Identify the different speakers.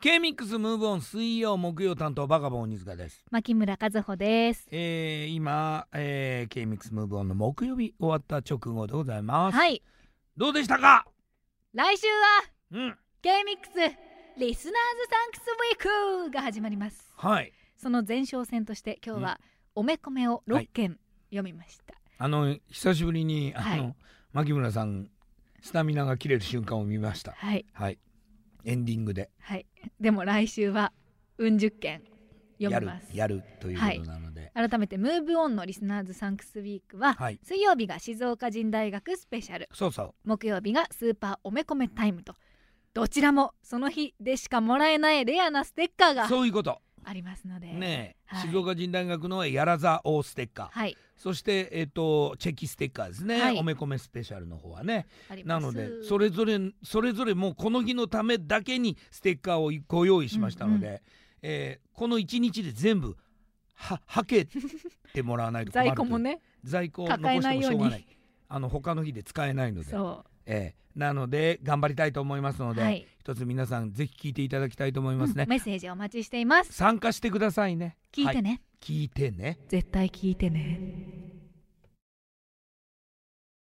Speaker 1: K-MIX ムーブオン水曜木曜担当バカボン鬼塚です、
Speaker 2: 牧村和穂です。
Speaker 1: えー、今、えー、K-MIX ムーブオンの木曜日終わった直後でございます、
Speaker 2: はい、
Speaker 1: どうでしたか
Speaker 2: 来週は
Speaker 1: うん
Speaker 2: ゲーミックスリスナーズサンクスウィークが始まります。
Speaker 1: はい
Speaker 2: その前哨戦として今日はおめこめを6件読みました。
Speaker 1: あの久しぶりにあの、
Speaker 2: はい
Speaker 1: 牧村さんスタミナが切れる瞬間を見ました
Speaker 2: はい、
Speaker 1: はいエンディングで
Speaker 2: はい、でも来週はうん十件読
Speaker 1: や
Speaker 2: み
Speaker 1: る
Speaker 2: ます。
Speaker 1: やるということなので
Speaker 2: 改めてムーブオンのリスナーズサンクスウィークは、
Speaker 1: はい、
Speaker 2: 水曜日が静岡人大学スペシャル、
Speaker 1: そうそう
Speaker 2: 木曜日がスーパーおめこめタイムと。どちらもその日でしかもらえないレアなステッカーが
Speaker 1: そういうこと
Speaker 2: ありますので、
Speaker 1: ねえ、
Speaker 2: はい
Speaker 1: 静岡人大学のやらざおステッカー、
Speaker 2: はい、
Speaker 1: そしてえっ、とチェキステッカーですね、
Speaker 2: はい
Speaker 1: おめこめスペシャルの方はね
Speaker 2: ありま
Speaker 1: な
Speaker 2: す
Speaker 1: のでそれぞれそれぞれもうこの日のためだけにステッカーをご用意しましたので、
Speaker 2: う
Speaker 1: えーこの1日で全部ははけてもらわないと困る
Speaker 2: 在
Speaker 1: と
Speaker 2: 庫
Speaker 1: いう
Speaker 2: もね、
Speaker 1: 在庫を残
Speaker 2: 抱え
Speaker 1: して
Speaker 2: ない
Speaker 1: も
Speaker 2: よ
Speaker 1: しょ
Speaker 2: う
Speaker 1: う
Speaker 2: に
Speaker 1: がないあの他の日で使えないので、
Speaker 2: そ
Speaker 1: ええなので頑張りたいと思いますの
Speaker 2: う、
Speaker 1: で、
Speaker 2: はい、
Speaker 1: 一つ皆さんぜひ聞いていただきたいと思いますね、
Speaker 2: うんメッセージお待ちしています。
Speaker 1: 参加してくださいね
Speaker 2: 聞い
Speaker 1: は
Speaker 2: て
Speaker 1: い
Speaker 2: ね、
Speaker 1: 聞いてね
Speaker 2: 絶対聞いてね。